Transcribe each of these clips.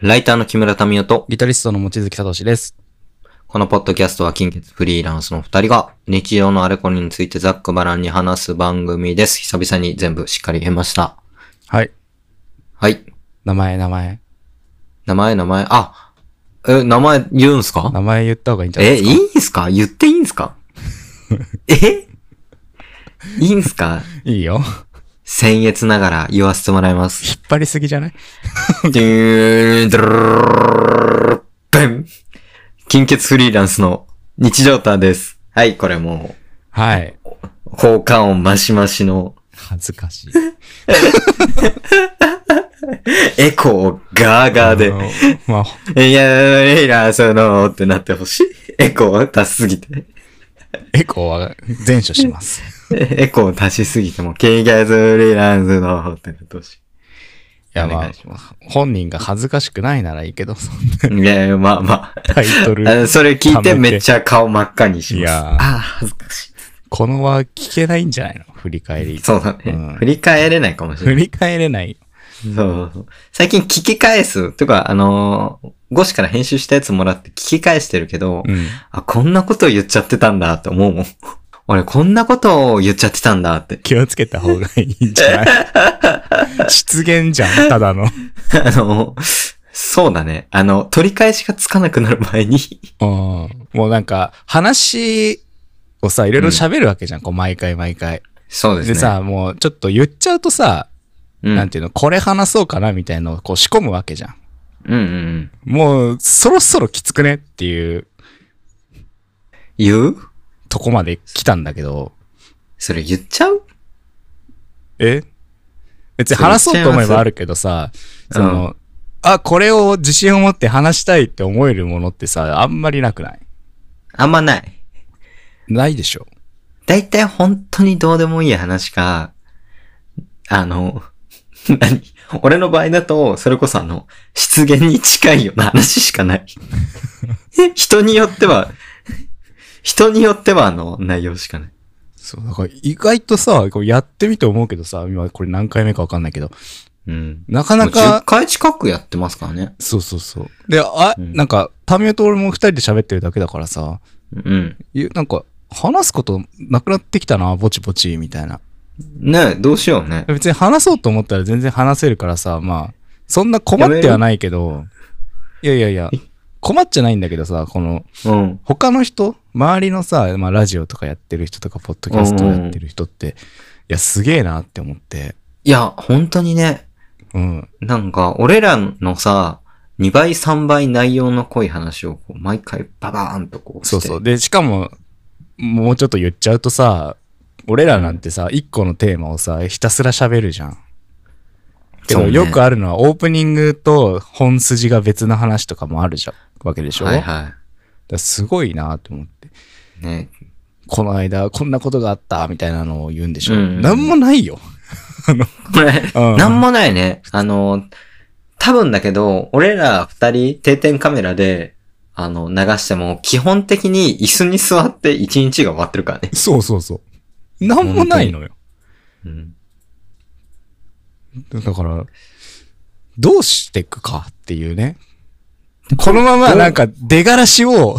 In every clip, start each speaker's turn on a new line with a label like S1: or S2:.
S1: ライターの木村民夫と、
S2: ギタリストの望月聡です。
S1: このポッドキャストは金欠フリーランスの二人が、日常のあれこれについてざっくばらんに話す番組です。久々に全部しっかり言えました。
S2: はい。
S1: はい。
S2: 名前、名前。
S1: 名前、名前、あ、え、名前言うんすか
S2: 名前言った方がいいんじゃない
S1: え、
S2: で
S1: い
S2: すか
S1: いんすか言っていいんすかえいいんすか
S2: えいいよ。
S1: 僭越ながら言わせてもらいます。
S2: 引っ張りすぎじゃない
S1: ドゥーン、ドゥルルルルペン。金欠フリーランスの日常ターです。はい、これも
S2: はい。
S1: う、効果音マシマシの
S2: 恥ずかしい。
S1: エコーガーガーで
S2: あの、まあ、
S1: いや、フリーランスのってなってほしい。エコー足しすぎて。
S2: エコーは全処します。
S1: エコー足しすぎても、金欠フリーランスのってなってほし
S2: い や、
S1: お
S2: ま
S1: 願
S2: あ
S1: いしま、。
S2: 本人が恥ずかしくないならいいけど、そんない
S1: いやいや、まあまあ。
S2: タイト
S1: あ
S2: ル、
S1: のそれ聞いてめっちゃ顔真っ赤にします。
S2: いやー
S1: ああ、恥ずかし
S2: このは聞けないんじゃないの振り返
S1: い。
S2: り。
S1: そうだね。
S2: うん
S1: 振り返れないかもしれない
S2: 振。り返れない。
S1: そうそうそう。最近聞き返す。とか、あのー、ゴシから編集したやつもらって聞き返してるけど、
S2: うん。
S1: あ、こんなこと言っちゃってたんだって思うもん。 俺、こんなことを言っちゃってたんだって。
S2: 気をつけた方がいいんじゃない失言じゃん、ただの。
S1: あの、そうだね。あの、取り返しがつかなくなる前に。
S2: うんもうなんか、話をさ、いろいろ喋るわけじゃん、こう、毎回毎回。
S1: そうですね。
S2: でさ、もう、ちょっと言っちゃうとさ、
S1: うん、
S2: なんていうの、これ話そうかな、みたいのをこう仕込むわけじゃん。
S1: うんうんうん。
S2: もう、そろそろきつくねっていう
S1: 言う
S2: とこまで来たんだけど、
S1: それ言っちゃう
S2: え別に話そうと思えばあるけどさ、
S1: そ
S2: そ
S1: れ言っちゃいます
S2: の、あ、これを自信を持って話したいって思えるものってさ、あんまりなくない
S1: あんまない。
S2: ないでしょ。
S1: だいたい本当にどうでもいい話か、あの、 何俺の場合だと、それこそあの、失言に近いような話しか ない。人によっては、人によってはあの、内容しかない。
S2: そう、だから意外とさ、こうやってみて思うけどさ、今これ何回目かわかんないけど、
S1: うん。
S2: なか
S1: な
S2: なん
S1: か、10
S2: か、
S1: 回近くやってますからね。
S2: そうそうそう。で、あ、
S1: うん
S2: なんか、タミオと俺も二人で喋ってるだけだからさ、
S1: うん。
S2: いなんか、話すことなくなってきたな、ぼちぼち、みたいな。
S1: ねえどうしようね。
S2: 別に話そうと思ったら全然話せるからさ、まあ、そんな困ってはないけど、いやいやいや、困っちゃないんだけどさ、この、
S1: うん。
S2: 他の人、周りのさ、まあ、ラジオとかやってる人とか、ポッドキャストやってる人って、いや、すげえなって思って、
S1: いや、本当にね、
S2: うん。
S1: なんか、俺らのさ、2倍3倍内容の濃い話をこう毎回ババーンとこうして。
S2: そうそう。で、しかも、もうちょっと言っちゃうとさ、俺らなんてさ、一個のテーマをさ、ひたすら喋るじゃん。け
S1: そ
S2: ど、
S1: うね
S2: よくあるのは、オープニングと本筋が別の話とかもあるじゃん。わけでしょ、
S1: はい
S2: だか
S1: は
S2: らすごいなと思って。
S1: い。ね
S2: この間、こんなことがあった、みたいなのを言うんでしょ。
S1: う
S2: うん
S1: うん
S2: なんもないよ。
S1: これ、
S2: うん
S1: なんもないね。あの、多分だけど、俺ら二人定点カメラで、あの、流しても、基本的に椅子に座って一日が終わってるからね。
S2: そうそうそう。なんもないのよ。
S1: うん。
S2: だから、どうしていくかっていうね。このままなんか出がらしを、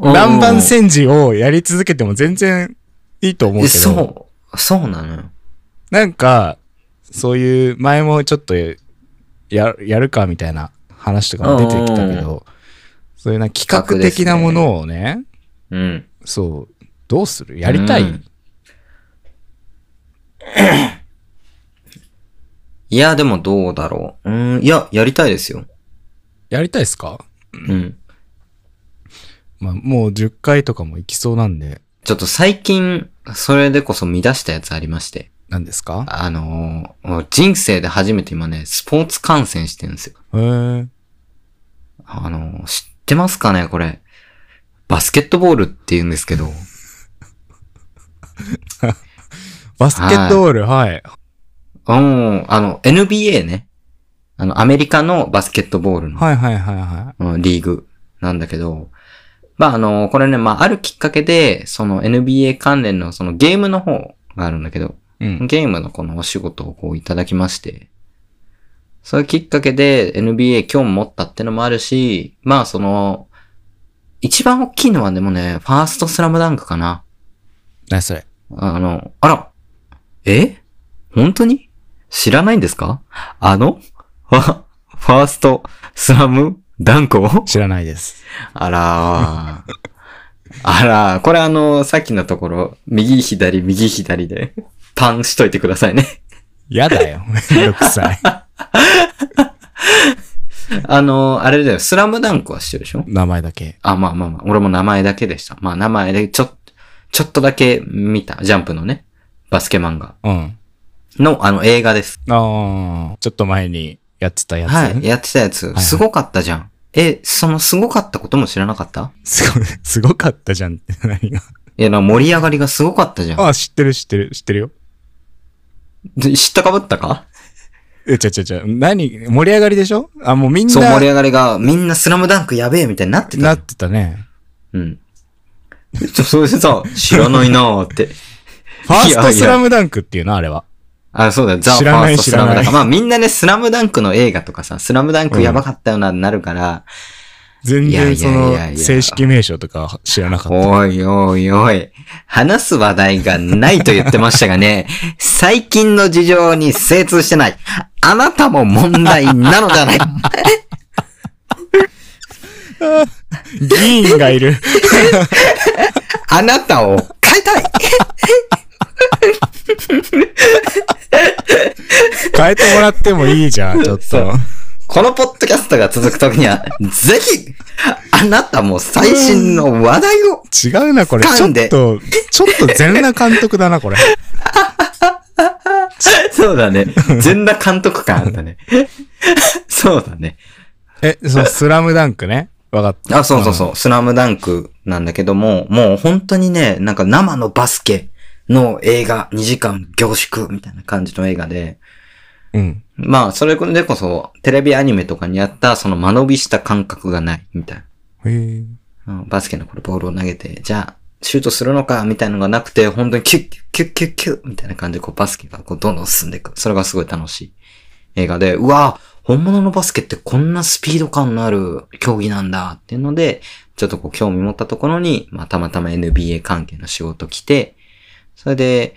S2: 南蛮戦時をやり続けても全然いいと思う
S1: え
S2: けど、
S1: そう、そうなのよ。
S2: なんか、そういう前もちょっとややるかみたいな話とかも出てきたけ
S1: うん
S2: ど、そういうなんか企画的なものをね、
S1: うん。
S2: そう、どうするやりたい、
S1: うんいや、でもどうだろう。うん、いや、やりたいですよ。
S2: やりたいですか、
S1: うん。
S2: まあ、もう10回とかも行きそうなんで、
S1: ちょっと最近、それでこそ見出したやつありまして。
S2: 何ですか
S1: あのーもう人生で初めて今ね、スポーツ観戦してるんですよ。
S2: へえ。
S1: あの、知ってますかねこれ。バスケットボールって言うんですけど、
S2: バスケットボール、はい。
S1: うん、あの、NBA ね。あの、アメリカのバスケットボールの、
S2: はいはいはいは
S1: うんリーグなんだけど、まあ、あの、これね、まあ、あるきっかけで、その NBA 関連のそのゲームの方があるんだけど、
S2: い。うん。
S1: ゲームのこのお仕事をこういただきまして、そういうきっかけで NBA 興味持ったってのもあるし、まあその、一番大きいのはでもね、ファーストスラムダンクかな。
S2: 何それ。
S1: あの、あら、え本当に知らないんですかあのファ、ファーストスラムダンクを
S2: 知らないです。
S1: あらー。あらー、これあの、さっきのところ、右左、右左で、パンしといてくださいね。
S2: や だよ。めんどくさい。
S1: あの、あれだよ、スラムダンクは知ってるでしょ
S2: 名前だけ。
S1: あ、まあまあまあ、俺も名前だけでした。まあ名前で、ちょ、ちょっとだけ見た、ジャンプのね、バスケ漫画
S2: うん。
S1: の、あの、映画です。
S2: ああ、ちょっと前にやってたやつ。
S1: はい、やってたやつ、
S2: はい
S1: すごかったじゃん。え、そのすごかったことも知らなかった
S2: すごい、すごかったじゃんって何が。
S1: いや、なんか盛り上がりがすごかったじゃん。
S2: ああ、知ってる知ってる、知ってるよ。
S1: で知ったかぶったか
S2: え、ちゃちゃちゃ、何、盛り上がりでしょあ、もうみんな、
S1: そう、盛り上がりが、みんなスラムダンクやべえみたいになってたじゃん。
S2: なってたね。
S1: うん。ちょ、それでさ、知らないなーって。
S2: ファース
S1: いや
S2: ト
S1: いや
S2: スラムダンクっていうのあれは。
S1: あ、そうだよ、ザ・フ
S2: 知
S1: ァ
S2: らな
S1: ー
S2: い
S1: ストスラムダン
S2: 知
S1: ク。
S2: らない
S1: まあみんなね、スラムダンクの映画とかさ、スラムダンクやばかったよな、なるから、
S2: 全
S1: いやいや
S2: 然
S1: いや
S2: そ
S1: いや
S2: の、正式名称とか知らなかった。
S1: おいおいおい、話す話題がないと言ってましたが ね、最近の事情に精通してない。あなたも問題なのではない。
S2: 議員が いる。
S1: あなたを変えたい
S2: 変えてもらってもいいじゃん、ちょっ
S1: そう
S2: と。
S1: このポッドキャストが続くときには、ぜひ、あなたも最新の話題を
S2: 違うな、これ。ち
S1: 噛
S2: ょ
S1: ん
S2: っ
S1: で
S2: と、ちょっと全裸監督だな、これ。
S1: そうだね。全裸監督感あったね。 そうだね。
S2: え、そのスラムダンクね。わかった。
S1: あ、そうそうそう。スラムダンクなんだけども、もう本当にね、なんか生のバスケの映画2時間凝縮みたいな感じの映画で、
S2: うん。
S1: まあ、それでこそ、テレビアニメとかにあった、その間延びした感覚がない、みたい
S2: へえ。
S1: な。うんバスケのこれボールを投げて、じゃあ、シュートするのか、みたいなのがなくて、本当にキュッキュッキュッキュッキュッ、みたいな感じで、こうバスケがこうどんどん進んでいく。それがすごい楽しい映画で、うわ本物のバスケってこんなスピード感のある競技なんだっていうので、ちょっとこう興味持ったところに、まあたまたま NBA 関係の仕事来て、それで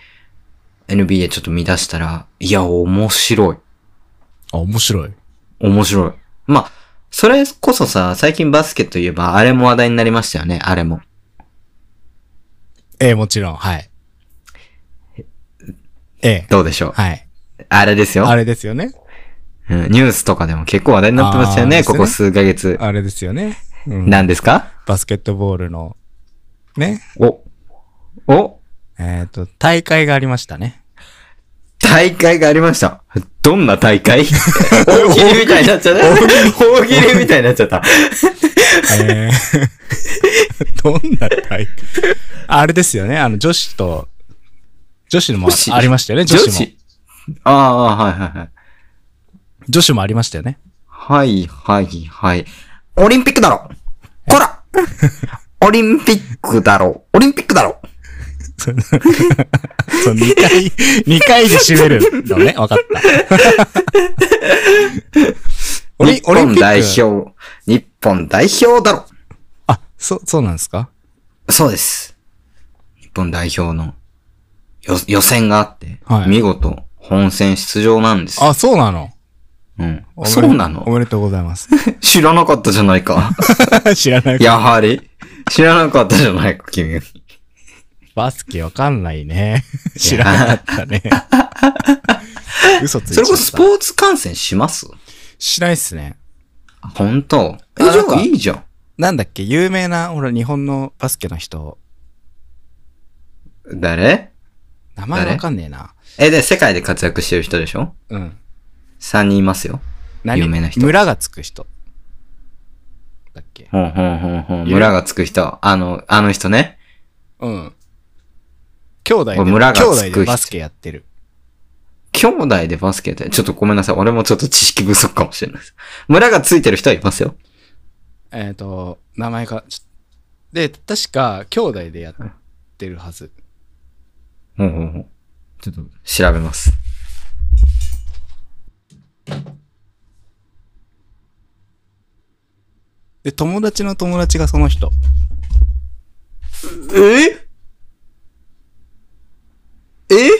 S1: NBA ちょっと見出したら、いや、面白い。
S2: あ、面白い。
S1: 面白い。まあ、それこそさ、最近バスケといえば、あれも話題になりましたよね、あれも。
S2: ええ、もちろん、はい。ええ、
S1: どうでしょう。
S2: はい。
S1: あれですよ、
S2: あれですよね。
S1: うんニュースとかでも結構話題になってましたよね、
S2: あーです
S1: こ
S2: ね
S1: こ数ヶ月。
S2: あれですよね。うん
S1: 何ですか
S2: バスケットボールの、ね。
S1: お、お、
S2: えっ、と、大会がありました ね。
S1: 大会がありました。どんな大 会大喜利みたいになっちゃった。大喜利みたいになっちゃった。
S2: えーどんな大会あれですよね。あの、女子と、女子のも
S1: 女子
S2: あありましたよね。女子も。女子
S1: ああ、はいはいはい。
S2: もありましたよね。
S1: はいはいはい。オリンピックだろこらオリンピックだろオリンピックだろ
S2: そう、2回、 二回で締めるのね。わかった。 オリ
S1: 日
S2: オリン
S1: 本
S2: ピ
S1: 代
S2: ック。
S1: 表、日本代表だろ
S2: あ、そう、そうなんですか
S1: そうです。日本代表のよ予選があって、
S2: はい
S1: 見事本戦出場なんです。
S2: あ、そうなの
S1: うん、
S2: おめで
S1: そうな
S2: お
S1: の
S2: めでとうございます。
S1: 知らなかったじゃないか。
S2: 知らない。
S1: やはり知らなかったじゃないか、君。
S2: バスケわかんないね。知らなかっ たね。嘘ついちゃった。
S1: それこそスポーツ観戦します
S2: しないっすね。
S1: 本当え、
S2: あ
S1: じ
S2: な
S1: ゃ
S2: ん
S1: あ
S2: か
S1: いいじゃん。
S2: なんだっけ、有名な、ほら、日本のバスケの人、
S1: 誰
S2: 名前
S1: 誰
S2: わかんねえな。
S1: え、で、世界で活躍してる人でしょ
S2: うん。
S1: ?3 人いますよ。
S2: 何
S1: 有名な人
S2: 村がつく人。だっけ。
S1: ほんほんほんほん。村がつく人。あの、あの人ね。
S2: うん。兄弟で、
S1: 俺村がつ
S2: 兄
S1: く人
S2: 弟でバスケやってる。
S1: 兄弟でバスケって、ちょっとごめんなさい。俺もちょっと知識不足かもしれないです。村がついてる人はいますよ。
S2: えっ、と、名前が、ちょで、確か、兄弟でやってるはず。
S1: ほんほんほん。ちょっと調べます。
S2: で、友達の友達がその人。
S1: えええ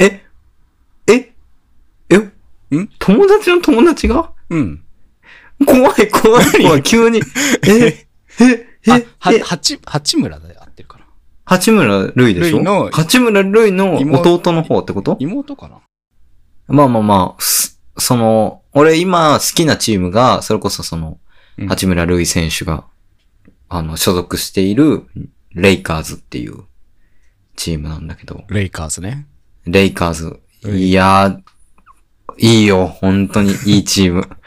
S1: ええ
S2: ん
S1: 友達の友達が
S2: うん。
S1: 怖い怖い怖い、急に。ええ
S2: あ
S1: え、
S2: は、
S1: え
S2: 八、八村で合ってるから。
S1: 八村塁でし
S2: 塁の
S1: ょ八村塁の弟の方ってこと
S2: 妹かな
S1: まあまあまあ、すその、俺今好きなチームが、それこそその、
S2: うん
S1: 八村塁選手が、あの、所属している、レイカーズっていうチームなんだけど、
S2: レイカーズね。
S1: レイカーズ。
S2: うん
S1: いやー、いいよ、本当にいいチーム。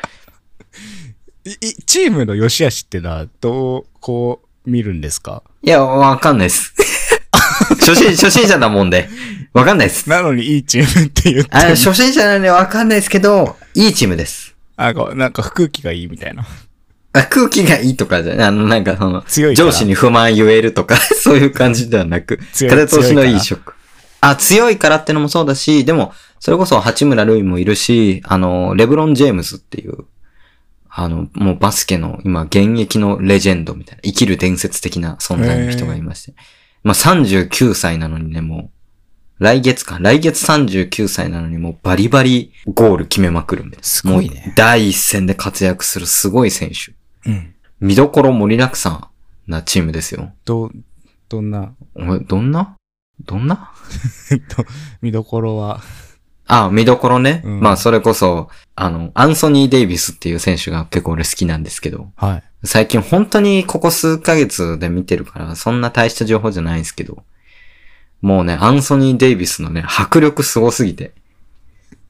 S2: いいチームの良し悪しってのは、どう、こう、見るんですか
S1: いや、わかんないです。 初心、初心者だもんで、わかんないです。
S2: なのにいいチームって言って
S1: あ
S2: んの
S1: 初心者なんでわかんないですけど、いいチームです。
S2: あこうなんか空気がいいみたいな。
S1: あ空気がいいとかじゃ、あの、なんかその、
S2: 強いから
S1: 上司に不満言えるとか、 そういう感じではなく、
S2: 強い
S1: 風通しのい
S2: 強いから
S1: い職。あ、強いからってのもそうだし、でも、それこそ八村塁もいるし、あの、レブロン・ジェームズっていう、あの、もうバスケの今、現役のレジェンドみたいな、生きる伝説的な存在の人がいまして。まあ、39歳なのにね、もう、来月か、来月39歳なのにもうバリバリゴール決めまくるみたいな。
S2: すごいね
S1: もう第一線で活躍するすごい選手。
S2: うん。
S1: 見どころ盛りだくさんなチームですよ。
S2: ど、どんな、
S1: おどんなどんな
S2: 見どころは。
S1: あ、見どころね。
S2: うん
S1: まあ、それこそ、あの、アンソニー・デイビスっていう選手が結構俺好きなんですけど、
S2: はい。
S1: 最近本当にここ数ヶ月で見てるから、そんな大した情報じゃないんですけど、もうね、アンソニー・デイビスのね、迫力すごすぎて。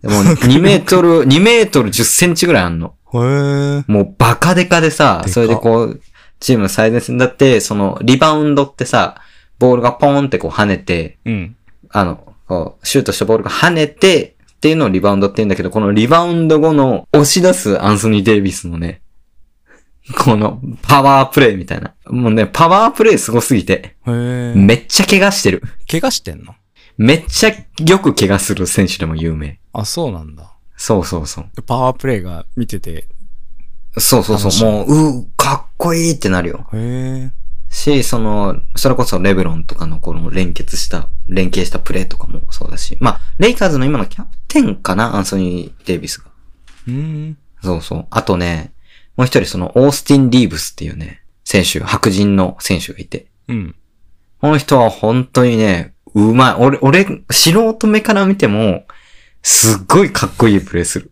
S1: もう2メー トル、2メートル10センチぐらいあんの。
S2: へー。
S1: もうバカデカでさ、
S2: でか
S1: それでこう、チーム最前線だって、その、リバウンドってさ、ボールがポーンってこう跳ねて、
S2: うん。
S1: あの、こうシュートしたボールが跳ねて、っていうのをリバウンドって言うんだけど、このリバウンド後の押し出すアンソニー・デイビスのね、このパワープレイみたいな。もうね、パワープレイすごすぎて、
S2: へー。
S1: めっちゃ怪我してる。
S2: 怪我してんの
S1: めっちゃよく怪我する選手でも有名。
S2: あ、そうなんだ。
S1: そうそうそう。
S2: パワープレイが見てて。
S1: そうそう
S2: 楽し
S1: そ
S2: み
S1: う。もう、うー、かっこいいってなるよ。
S2: へー。
S1: し、その、それこそレブロンとかのこの連結した、連携したプレーとかもそうだし、まあ、レイカーズの今のキャプテンかな、アンソニー・デイビスが。
S2: うーん。
S1: そうそう。あとね、もう一人その、オースティン・リーブスっていうね、選手、白人の選手がいて、
S2: うん。
S1: この人は本当にね、うまい。俺、俺、素人目から見ても、すっごいかっこいいプレーする。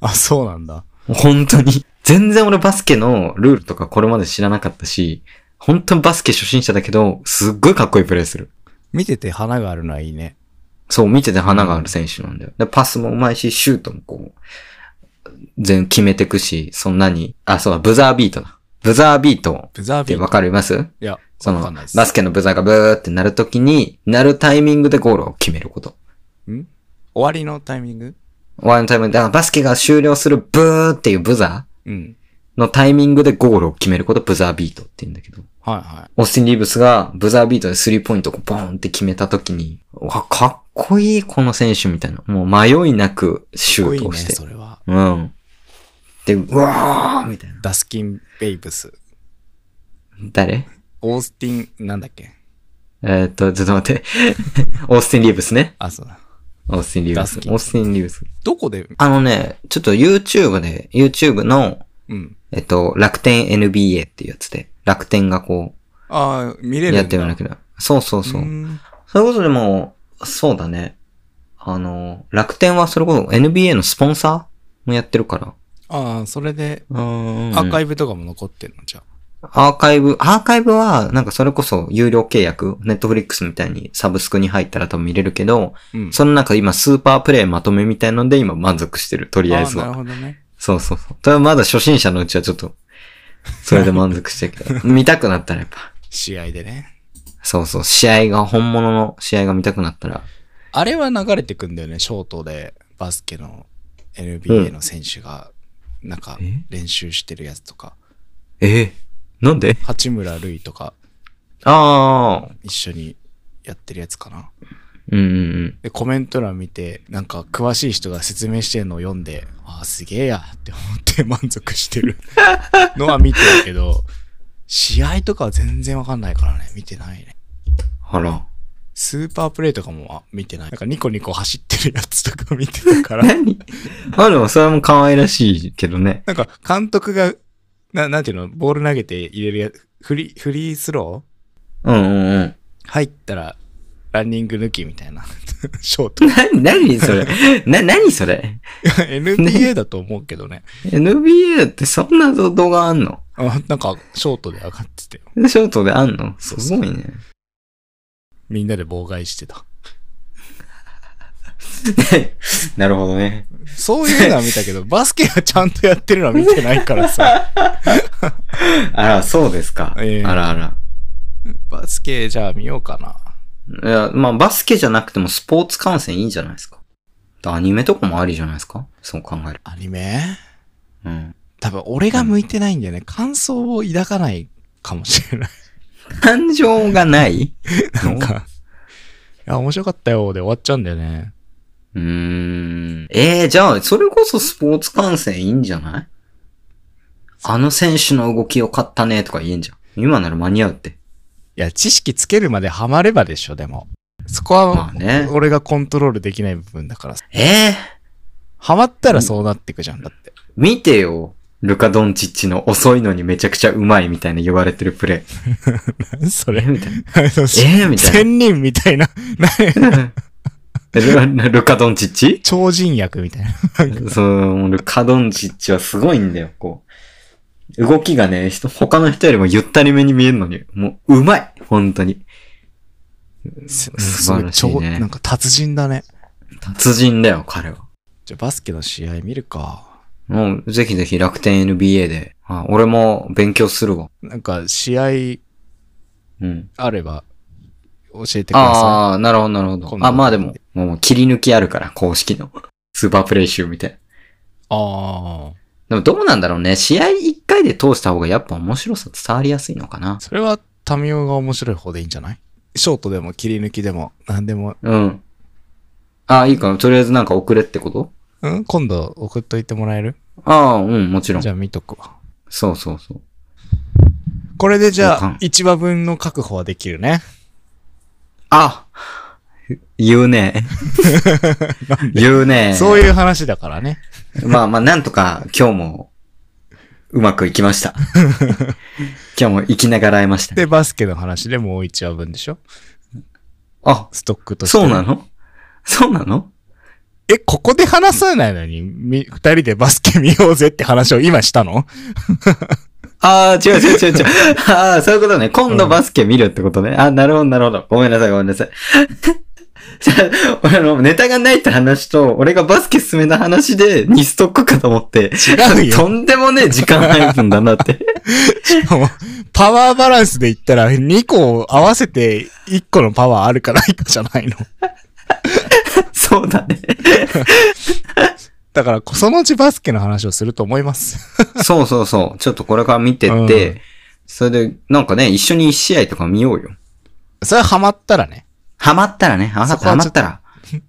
S2: あ、そうなんだ。
S1: 本当に。全然俺バスケのルールとかこれまで知らなかったし、本当にバスケ初心者だけど、すっごいかっこいいプレーする。
S2: 見てて花があるのはいいね。
S1: そう、見てて花がある選手なんだよ。で、パスもうまいし、シュートもこう、全決めてくし、そんなに、あ、そうだ、ブザービートだ。ブザービート
S2: ブザー
S1: っ
S2: ビ
S1: て
S2: ー
S1: わかります
S2: いや、
S1: そ
S2: わか
S1: の
S2: んないで、す
S1: バスケのブザーがブーってなるときに、なるタイミングでゴールを決めること。
S2: ん終わりのタイミング
S1: ワンタイム、だからバスケが終了するブーっていうブザ
S2: うん。
S1: ーのタイミングでゴールを決めること、ブザービートって言うんだけど。
S2: はいは
S1: オースティン・リーブスがブザービートでスリーポイントをこうボーンって決めたときに、うわ、かっこいい、この選手みたいな。もう迷いなくシ
S2: い。かっ
S1: ュ
S2: こ
S1: ート
S2: いい
S1: を
S2: ね、
S1: して。
S2: それは。
S1: うん。で、うわーみたいな。
S2: ダスキン・ベイブス。
S1: 誰
S2: オースティン、なんだっけ
S1: えーっと、ちょっと待って。 オースティン・リーブスね。
S2: あ、そうだ。
S1: オースティン・リーブス。
S2: ダス
S1: オ
S2: キン
S1: ースティン・リーブス。
S2: どこで、
S1: あのね、ちょっと YouTube で、YouTube の、
S2: うん。
S1: えっと、楽天 NBA っていうやつで、楽天がこ
S2: ああ、見れ
S1: う、
S2: るんだ。
S1: やってるんだけど。そうそうそうう。
S2: ん
S1: それこそでも、そうだね。あの、楽天はそれこそ NBA のスポンサーもやってるから。
S2: ああ、それで、
S1: うん
S2: アーカイブとかも残ってんの、じゃあ。
S1: アーカイブ、アーカイブは、なんかそれこそ有料契約、ネットフリックスみたいにサブスクに入ったら多分見れるけど、
S2: うん。
S1: その中今スーパープレイまとめみたいので今満足してる、とりあえず
S2: ああな
S1: は。
S2: るほどね。
S1: そうそうそう。ただまだ初心者のうちはちょっと、それで満足してるけ ど、見たくなったらやっぱ、
S2: 試合でね。
S1: そうそう、試合が、本物の試合が見たくなったら、
S2: あれは流れてくんだよね、ショートで、バスケの NBA の選手が、なんか
S1: え、
S2: 練習してるやつとか、
S1: えーなんで
S2: 八村塁とか、
S1: ああ、
S2: 一緒にやってるやつかな。
S1: うんうん
S2: で、コメント欄見て、なんか詳しい人が説明してるのを読んで、ああ、すげえやって思って 満足してるのは見てるけど、試合とかは全然わかんないからね、見てないね。
S1: あら。
S2: スーパープレイとかもあ見てない。なんかニコニコ走ってるやつとか見てたから、
S1: 何 あ、でもそれも可愛らしいけどね。
S2: なんか監督が、ななんていうの、ボール投げて入れるやフリー、フリースロ
S1: うんうんうん。
S2: ー入ったら、ランニング抜きみたいな、 ショート。
S1: な、何 それな、何それ
S2: NBA だと思うけどね。
S1: ?NBA ってそんな動画あんの
S2: あなんか、ショートで上がってて、
S1: ショートであんのすごいね。
S2: みんなで妨害してた。
S1: なるほどね。
S2: そういうのは見たけ ど、バスケはちゃんとやってるのは見てないからさ。
S1: あら、そうですか。
S2: ええ
S1: あらあら。
S2: バスケじゃあ見ようかな。
S1: いや、まあ、バスケじゃなくてもスポーツ観戦いいんじゃないですか。アニメとかもありじゃないですかそう考える。
S2: アニメ
S1: うん。
S2: 多分俺が向いてないんだよね。感想を抱かないかもしれない。
S1: 感情がない
S2: なんか、いや、面白かったよで終わっちゃうんだよね。
S1: うーん。ええじゃあ、それこそスポーツ観戦いいんじゃないあの選手の動きよかったねとか言えんじゃん。今なら間に合うって。
S2: いや、知識つけるまでハマればでしょ、でも。そこ
S1: ま
S2: は
S1: あ、ね。
S2: 俺がコントロールできない部分だからさ。
S1: ええ
S2: ハマったらそうなってくじゃん、だって。
S1: 見てよ。ルカ・ドンチッチの遅いのにめちゃくちゃうまいみたいな言われてるプレ
S2: 何そ
S1: イ。え
S2: れ。
S1: みたい な。
S2: あの
S1: えみたい
S2: 仙人みたいな、何
S1: な。ルルカ・ドンチッチ
S2: 超人役みたいな。
S1: そう、ルカ・ドンチッチはすごいんだよ、こう。動きがね、人他の人よりもゆったりめに見えるのに、もう、うまい本当に。
S2: す
S1: 素晴らしいね
S2: ご超なんか達人だね。
S1: 達人だよ、彼は。
S2: じゃあバスケの試合見るか。
S1: もう、ぜひぜひ楽天 NBA で。あ、俺も勉強するわ。
S2: なんか試合
S1: うん。
S2: あれば教えてくださ
S1: ああ、なるほど、なるほど
S2: 今。度
S1: あ、まあでも、もう切り抜きあるから、公式 の。スーパープレイ集みたいな。
S2: い。ああ。
S1: でもどうなんだろうね。試合一回で通した方がやっぱ面白さ伝わりやすいのかな。
S2: それはタミオが面白い方でいいんじゃないショートでも切り抜きでも何でも。
S1: うん。あ、いいか。とりあえずなんか送れってこと
S2: うん今度送っといてもらえる
S1: ああ、うん、もちろん
S2: じ。ゃあ見とくわ。
S1: そうそうそう。
S2: これでじゃ
S1: そう
S2: あ
S1: か
S2: 1話分の確保はできるね。
S1: あ言うね。言うね。
S2: そういう話だからね。
S1: まあまあ、なんとか今日もうまくいきま した。今日も生きながら会えました。
S2: で、バスケの話でもう1話分でしょ
S1: あ、
S2: ストックとして。
S1: そうなのそうなの
S2: え、ここで話さないのに、み、二人でバスケ見ようぜって話を今したの
S1: ああ、違う違う違う違う。 ああ、そういうことね。今度バスケ見るってことね。あなるほどなるほど。ごめんなさいごめんなさい。 じゃあ、俺あの、ネタがないって話と、俺がバスケ進めた話で、にストックかと思って、
S2: 違う よ
S1: とんでもねえ時間配分だなって。
S2: もう パワーバランスで言ったら2個合わせて1個のパワーあるかないかじゃないの。
S1: そうだね。
S2: だから、そのうちバスケの話をすると思います。
S1: そうそうそう。ちょっとこれから見てって、
S2: うん
S1: それで、なんかね、一緒に一試合とか見ようよ。
S2: それはハマったらね、
S1: ハマったらね、ハマった
S2: そこ
S1: ハ
S2: は
S1: マ
S2: ちょ
S1: っ
S2: っと
S1: たら。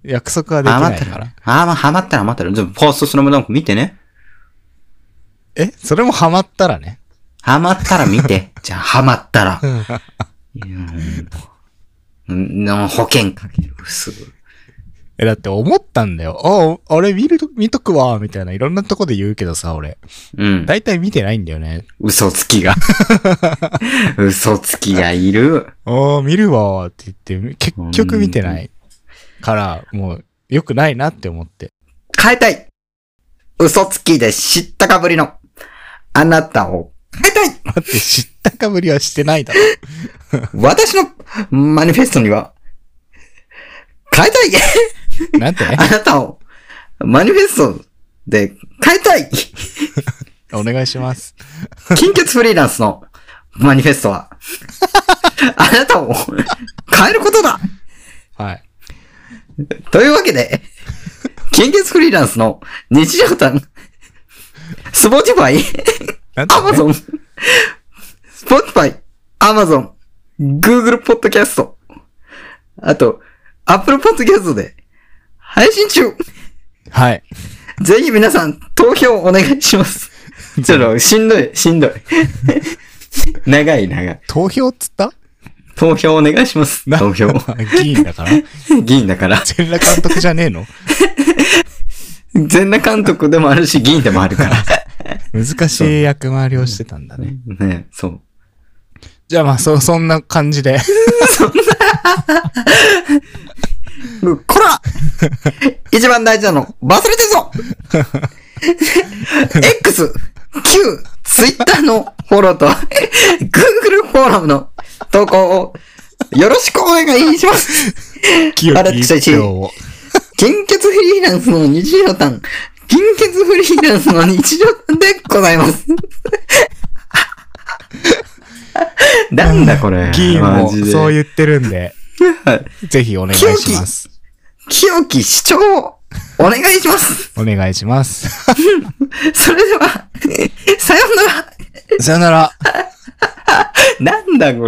S2: 約束はでき
S1: ハマ
S2: な
S1: っ
S2: い
S1: た
S2: から
S1: ら。。あまあ、ハマったらハマったら。じゃあファーストスラムダンク見てね。
S2: えそれもハマったらね。
S1: ハマったら見 て。じゃあ、ハマったら。うん、の保険かける。すぐ。
S2: え、だって思ったんだよ。あ、あれ見ると、見とくわ、みたいないろんなとこで言うけどさ、俺。
S1: うん。
S2: だいたい見てないんだよね。
S1: 嘘つ きが。嘘つきがいる。
S2: ああ、見るわーって言って、結局見てないから、もう、良くないなって思って。
S1: 変えたい嘘つきで知ったかぶりの、あなたを変えたい
S2: 待って、知ったかぶりはしてないだろ。
S1: 私のマニフェストには、変えたい
S2: な んてね
S1: あ、なたを、マニフェストで変えたい
S2: お願いします。
S1: 金欠フリーランスのマニフェストは、あなたを変えることだ
S2: はい。
S1: というわけで、金欠フリーランスの日常談、スポーティファイ、
S2: なんて
S1: ア
S2: ね
S1: マゾン、スポーティファイ、アマゾン、グーグルポッドキャスト、あと、 Apple Podcast で配信中
S2: はい。
S1: ぜひ皆さん、投票お願いします。ちょっと、しんどい、しんどい。長い、長い。
S2: 投票っつった
S1: 投票お願いします。
S2: な
S1: 投票。
S2: 議員 だから
S1: 議員だから。
S2: 全裸監督じゃねえの
S1: 全裸監督でもあるし、議員でもあるから。
S2: 難しい役回りをしてたんだね。
S1: ねそう。
S2: じゃあまあ、そ、そんな感じで。
S1: こら一番大事なの、忘れてるぞ X、Q、Twitter のフォローと、Google フォローの投稿をよろしくお願いします
S2: 清
S1: あれ
S2: き一票を。
S1: 金欠フリーランスの日常談、金欠フリーランスの日常談でございます。なんだこれ。
S2: 議員
S1: マ
S2: も
S1: ジで
S2: そう言ってるんで、
S1: はい
S2: ぜひお願いします。
S1: 清き主張をお願いします。
S2: お願いします。
S1: それでは、さようなら。
S2: さよなら。
S1: なんだこれ。